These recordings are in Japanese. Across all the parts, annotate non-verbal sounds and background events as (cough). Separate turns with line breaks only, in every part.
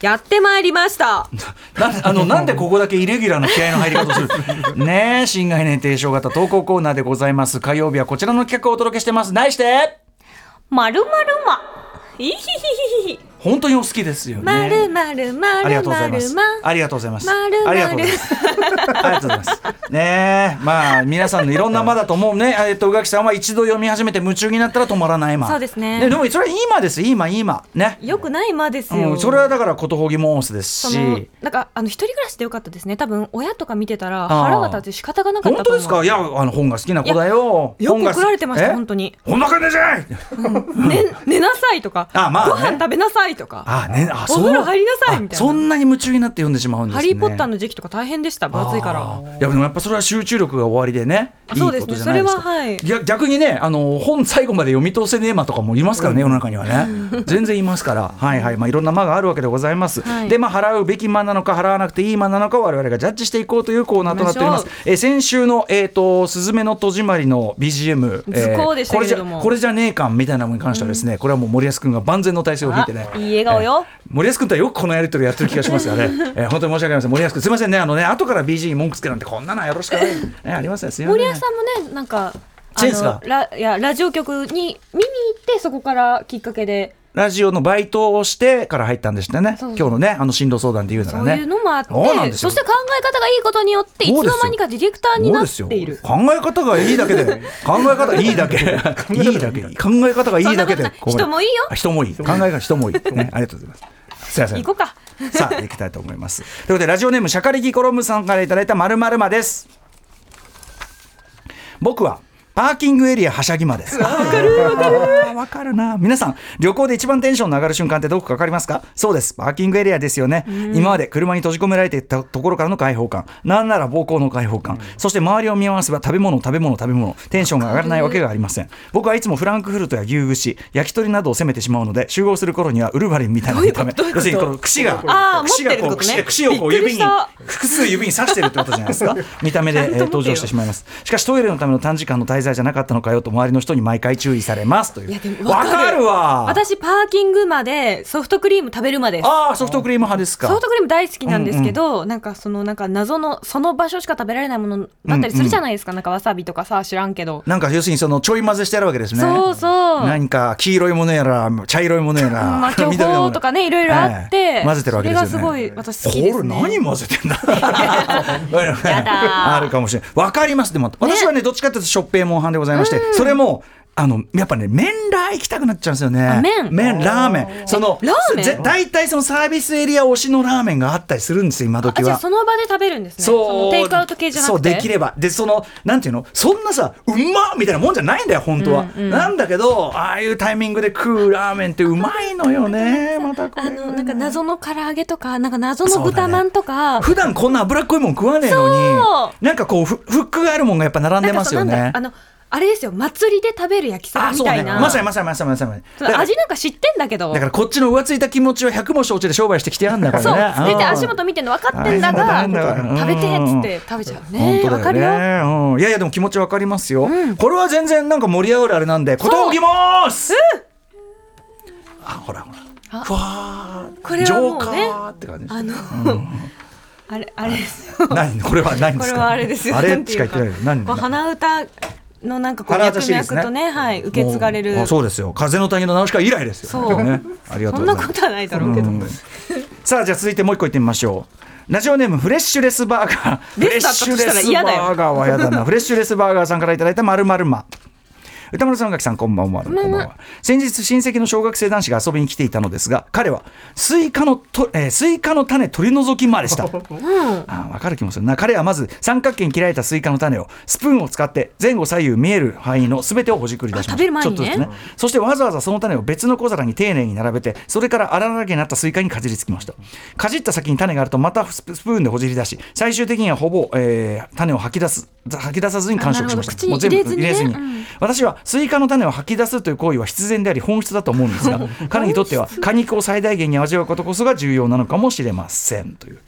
やってまいりました。
なんあのなんでここだけイレギュラーな気合の入り方をする (laughs) ねえ新概念提唱型投稿コーナーでございます火曜日はこちらの企画をお届けしてます題して
まるまるま。いひひひひひ。
本当にお好きですよね
まるまるま
ありが
る
とうござ
ま
います
るま。
ありがとうございます
まるまる
ありがとうございますありがとうございますねえまあ皆さんのいろんな間だと思うねえっと宇垣さんは一度読み始めて夢中になったら止まらない間
そうですね
でもそれはいい間です今今ね
よくない間です
う
よ。
ん、それはだからことほぎモンスです
その
し
なんかあの一人暮らしでよかったですね。多分親とか見てたら
あー
腹が立って仕方がなかった
本
と
当
思う。
ですかいやあの本が好きな子だよ
よく
本が好き
怒られてました
え
本当に。
ほんな感じじゃい
寝寝なさいとか、
あまあね
ご飯食べなさいとか。
(laughs) あねあ
お風呂入りなさい
あ
みたいな
そんなに夢中になって読んでしまうんですね
ハリー・ポッターの時期とか大変でした。分厚いか
あ
ら。
ーいやでもやっぱそれは集中力が終わりでね
あ
いい
そ
こ
うですね
とじゃないですか
それははい
や逆にねあの本最後まで読み通せねえまとかもいますからね、世の中にはね全然いますから
(laughs)
はいはいまあいろんな間があるわけでございます、
はい
でまあ払うべき間なのか払わなくていい間なのか我々がジャッジしていこうというコーナーとなっております
行きま
えー先週のえっ、と「すずめの戸締まり」の BGM え
図工で
ー
した
これ
け
じ
れ
ゃ
ども
これじゃねえかんみたいなものに関してはですね、これはもう森保君が万全の体制を引いてね
あいい笑顔よ
えー森保君とはよくこのやり取りをやってる気がしますよね、 (laughs) えー本当に申し訳ありません森保君すいませんねあのね後から BG に文句つけなんてこんなのはよろしくない、 (laughs) ね、ありませんすいません
森谷さんもねなんかあ
チェンス
の
が
ラいやラジオ局に見に行ってそこからきっかけで
ラジオのバイトをしてから入ったんでしたね
そう
今日のねあの進路相談で言うな
そ
ら
う
ね
いうのもあって
そうなんです
そ
よ
して考え方がいいことによっていつ
そうですよ
の間にかディレクターになっている
考え方がいいだけで
(laughs)
考え方いいだけいいだけ考え方がいいだけで
そんなことない人もいいよ
あ人もいい考え方人もいいねありがとうございますすいません
行こうか
(laughs) さあ行きたいと思いますということでラジオネームシャカリキコロムさんからいただいたまるまるまです僕はパーキングエリアはしゃぎまです。わかるわかる。わかるな。皆さん、旅行で一番テンションの上がる瞬間ってどこかわかりますかそうです。パーキングエリアですよね。今まで車に閉じ込められていたところからの解放感。なんなら暴行の解放感。そして周りを見回せば食べ物、食べ物、食べ物。テンションが上がらないわけがありません。僕はいつもフランクフルトや牛串、焼き鳥などを攻めてしまうので、集合する頃にはウルヴァリンみたいなのを食べ、
どういうこと
要するにこの串が、
あー
串がこ
持
う、
ってるってこと
串
ね
が串をこう
びっく
指
りし
に
た、
複数指に刺してるってことじゃないで
(laughs)
すか見た目で、えー
ちゃんと見てよ
登場してしまいますしかしトイレのための短時間の滞在じゃなかったのかよと周りの人に毎回注意されますという
いやでも
わ
わ
か
か
る
る
わ
私パーキングまでソフトクリーム食べるまでです
ああソフトクリーム派ですか
ソフトクリーム大好きなんですけど、なんかそのなんか謎のその場所しか食べられないものだったりするじゃないですか、なんかわさびとかさ知らんけど、
なんか要するにそのちょい混ぜしてあるわけですね
そうそう
何か黄色いものやら茶色いものやら、
まあ、巨
(laughs) 緑のもの
峰とかねいろいろあって、
ええ混ぜてるわけですよね
それがすごい私好きです、ね、
これ何混ぜて
(laughs)
んだや
だ
(laughs) あるかもしれないわかりますでも私はねどっちかっていうとしょっぺいもん派でございましてそれもあのやっぱね麺ラー行きたくなっちゃうんですよね
麺
ラーメンその
ラーメン
ぜ大体そのサービスエリア推しのラーメンがあったりするんですよ今時
あじゃあ
は
その場で食べるんですね
そう
のテイクアウト系じゃなくて
そうできればでそのなんていうのそんなさうまっみたいなもんじゃないんだよ本当は、なんだけどああいうタイミングで食うラーメンってうまいのよね
(laughs)
またこれ
あのなんか謎の唐揚げとかなんか謎の
そうだ
豚
ね
まんとか、
普段こんな脂っこいもん食わねえの
そ
になんかこうフフックがあるもんがやっぱ並んでます
な
よ
ん
ね
かそうなんだあのあれですよ祭りで食べる焼きそば
あ
み
そう
た
ね
いな、
まさにまさにまさにまさにま
そ
さ
の
に
味なんか知ってんだけど
だからこっちの浮ついた気持ちを100も承知で商売してきてやんだからね
そう
うん
出て足元見てんの分かってんだ
あ
が
そうだね
食べてっつって食べちゃう
本
ね
当
わ、かる
だ
よ
よね、うん、いやいやでも気持ちわかりますよ、これは全然なんか盛り上がるあれなんでことおきまーすあほらほらふわー
これ
ジ
は
ョー
も
カ
うね
ーって感じ
あの、あれあれですよ
何これは何
(laughs)
で
こ
す
れ
か
はあれですよ。
あ
な
れ
んて
し
い
か
う
言ってないよ何
こう鼻歌のなんかこう
鼻
脈
歌シリーズね
々とね、はい、受け継がれる
もう。あそうですよ風の谷のナウシカ以来ですよ
そう
ね、ありがと
そう
ご
んない
ざます
ことはないだろうけど。
うんさあじゃあ続いてもう一個いってみましょうラジオネームフレッシュレスバーガーフレッ
レスだったと
シュ
した
レ
ら
ス
嫌
バ
だよ
ーガーは嫌だなフレッシュレスバーガーさんからいただいたまるまるま歌丸さん、宇垣さん、こんばんは。こんばんは。先日、親戚の小学生男子が遊びに来ていたのですが、彼は、スイカのと、えースイカの種取り除きまで
(laughs)
した。あ分かる気もするな彼はまず三角形に切られたスイカの種をスプーンを使って前後左右見える範囲の全てをほじくり出しまし
あ
た
食べる前にね
ちょっとずつそしてわざわざその種を別の小皿に丁寧に並べてそれから荒々げになったスイカにかじりつきましたかじった先に種があるとまたスプスプーンでほじり出し最終的にはほぼ、えー種を吐き出す吐き出さずに完食しまし
あなるほど
た
口に
もう全部
入れずにね
入れずに
うん
私はスイカの種を吐き出すという行為は必然であり本質だと思うんで
(laughs)
すが彼にとっては果肉を最大限に味わうことこそが重要なのかもしれませんという。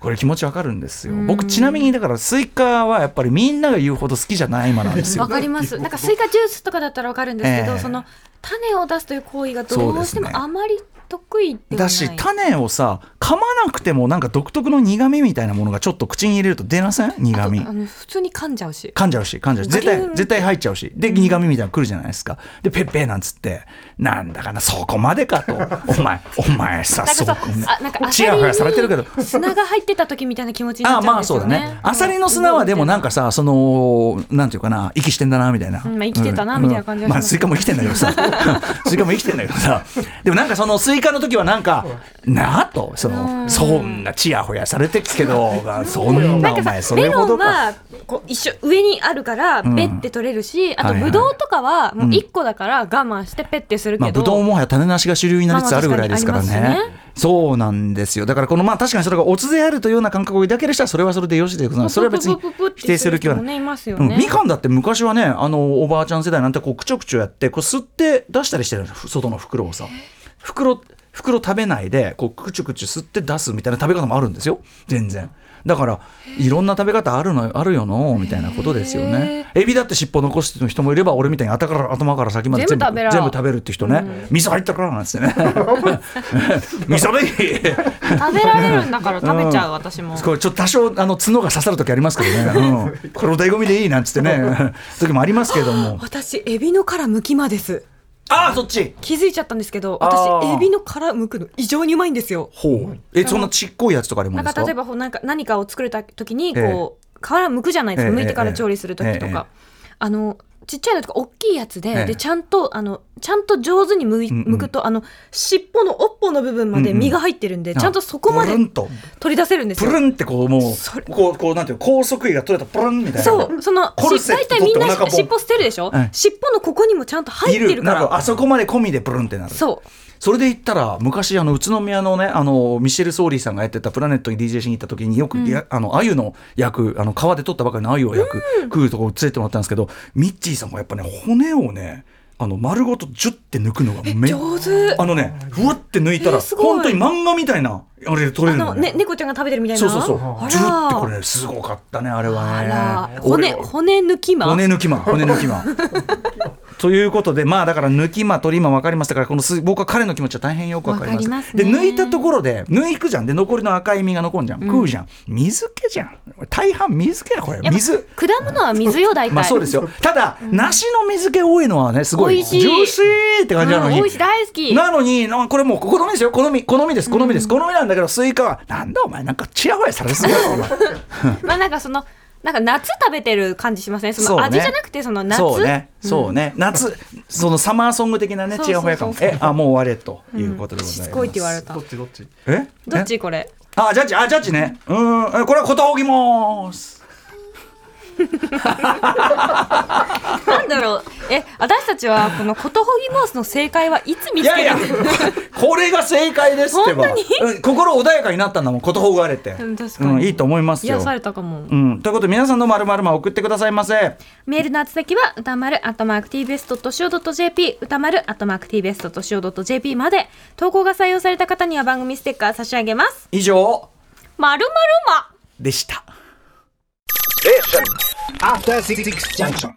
これ気持ちわかるんですよ僕ちなみにだからスイカはやっぱりみんなが言うほど好きじゃない今なんですよ
わかります。なんかスイカジュースとかだったらわかるんですけど、
ええ
その種を出すという行為がどうして
そうですね
もあまり得意 (laughs) ではない
だし種をさ噛まなくてもなんか独特の苦味みたいなものがちょっと口に入れると出ません苦味
あの普通に噛んじゃうし
噛んじゃうし噛んじゃうし絶対
グリーン
絶対入っちゃうしで苦味みたいなの来るじゃないですかでペッペーなんつってなんだかなそこまでかとお前お前さ
なんか
そ
さ
こまで
あなんかア
ちやほやさ
サ
れてるけ
リ
ど
に砂が入ってた時みたいな気持ちに
あ
な
あ
っちゃう
ま
ん
あ
です
そう
よ
だ
ね
ねアサリの砂はでもなんかさそのなんていうかな生きしてんだなみたいな、
うんまあ生きてたなみたいな感じがします
まあスイカも生きてんだけどさ
(laughs)
スイカも生きてんだけどさでもなんかそのスイカの時はなんかなあとそのそんなちやほやされてっけどそんな
な
お
ん
前
か
そ
さメ
れほ
ロ
ど
ン
か。
はこう一緒上にあるからペッて取れるし、あと
はいはい
ブドウとかはもう1個だから我慢してペッてするけど、
まあ、ぶどうもはや種なしが主流になりつつあるぐらいですからね,、
まあまあ確かにあります
そうなんですよだからこのまあ確かにそれがおつであるというような感覚を抱ける人はそれはそれでよしでございますそれは別に否定する気はな
プププププってする人も
い
ねいますよ
うん
ね、
みかんだって昔はねあのおばあちゃん世代なんてこうくちょくちょやってこう吸って出したりしてるのふ外の袋をさ袋袋食べないでこうくちゅくちゅ吸って出すみたいな食べ方もあるんですよ全然だからいろんな食べ方あるのあるよのみたいなことですよねエビだって尻尾残してる人もいれば俺みたいに頭から頭から先まで全
全部食
部
べろ
全部食べるって人ね、味噌入ったからなんです
(laughs)
よね (laughs) 味噌でいい
食べられるんだから食べちゃう、私も
これちょっと多少あの角が刺さる時ありますけど (laughs) ね、うん、これお醍醐味でいいなんつって (laughs) ね時もありますけども
私エビの殻むきまです
ああそっち
気づいちゃったんですけど
あ
私
ー
エビの殻むくの異常にうまいんですよ
ほうえそんなちっこいやつとかでも
なん
です
か
か
例えばほうなんか何かを作るた時にこう、殻剥くじゃないですか、
ええ
剥いてから調理する時と
えええ
か、あのちっちゃいのとか大きいやつで,、
ええ
でちゃんとあのちゃんと上手に剥い
んうん
剥くと、あの尻尾の尾っぽの部分まで身が入ってるんで、ちゃんとそこまで
プルンと
取り出せるんです
プ
よ。
ルンってこうもう
それ
こうこうなんていうの高速位が取れたプルンみたいな
そうその
コル
し
セット
大体みんな
取ってお腹ポン
尻尾捨てるでしょ、
ええ
尻尾のここにもちゃんと入
い
ってる
る
か
なんからあそこまで込みでプルンってなる
そう
それで言ったら昔あの宇都宮のねあのミシェル・ソーリーさんがやってた「プラネット」に DJ しに行った時によく、やあの鮎の焼くあの川で取ったばかりの鮎を焼く、食うとこ連れてもらったんですけどミッチーさんがやっぱね骨をねあの丸ごとジュッて抜くのがめ
上手
あのねふわって抜いたら、
えーすごい
本当に漫画みたいなあれで取
あ
れる
の、
の
ね、猫ちゃんが食べてるみたいな
そうそうそう
あ
ジュッてこ
ら
れすごかったねあれ
あら
は
骨
ね
骨抜きま
骨抜き魔骨抜
(laughs)
き魔ということでまあだから抜き間取り間分かりましたからこのす僕は彼の気持ちは大変よく分かり
わか
ます
りますね
で抜いたところで抜くじゃんで残りの赤い実が残るじゃん、食うじゃん水気じゃん大半水気やこれ
やっぱ
水
果物は水よ大体、
まあそうですよただ、梨の水気多いのはねすごい
美味しい
ジューシーって感じなのに、
うん美味しい大好き
なのになこれもう好みですよ好み好みです好みです、好みなんだけどスイカはなんだお前なんかちやほやされすぎだろお前
まあなんかそのなんか夏食べてる感じしません、ね、そ
そう
の
ね
味じゃなくてその夏
そうね、そうね、夏、そのサマーソング的なね、
そう
ち
そう
や
そう
ほや感。え、あ、もう終われということでござい
し
ます。
つこいって言われた
どっちどっち
え、
どっ
え
ちこれ
あ、ジャッジ、あ、ジャッジね。うーん、えこれはことおぎます。
なんだろうえ私たちはこのコトホギモースの正解はいつ見
い
つ
やい
け
や
るん (laughs) です、
これが正解ですってば。
本
うん心穏やかになったんだもん、ことほぐわれて。
うん確かに
うんいいと思いますよ
癒。されたかも、
うん、ということで、皆さんのまるまるま送ってくださいませ。
メールの宛先は歌丸アットマーク TBS.CO.JP 歌丸アットマーク TBS.CO.JP まで投稿が採用された方には番組ステッカー差し上げます
以上
まるまるま
でした。
After Six Junction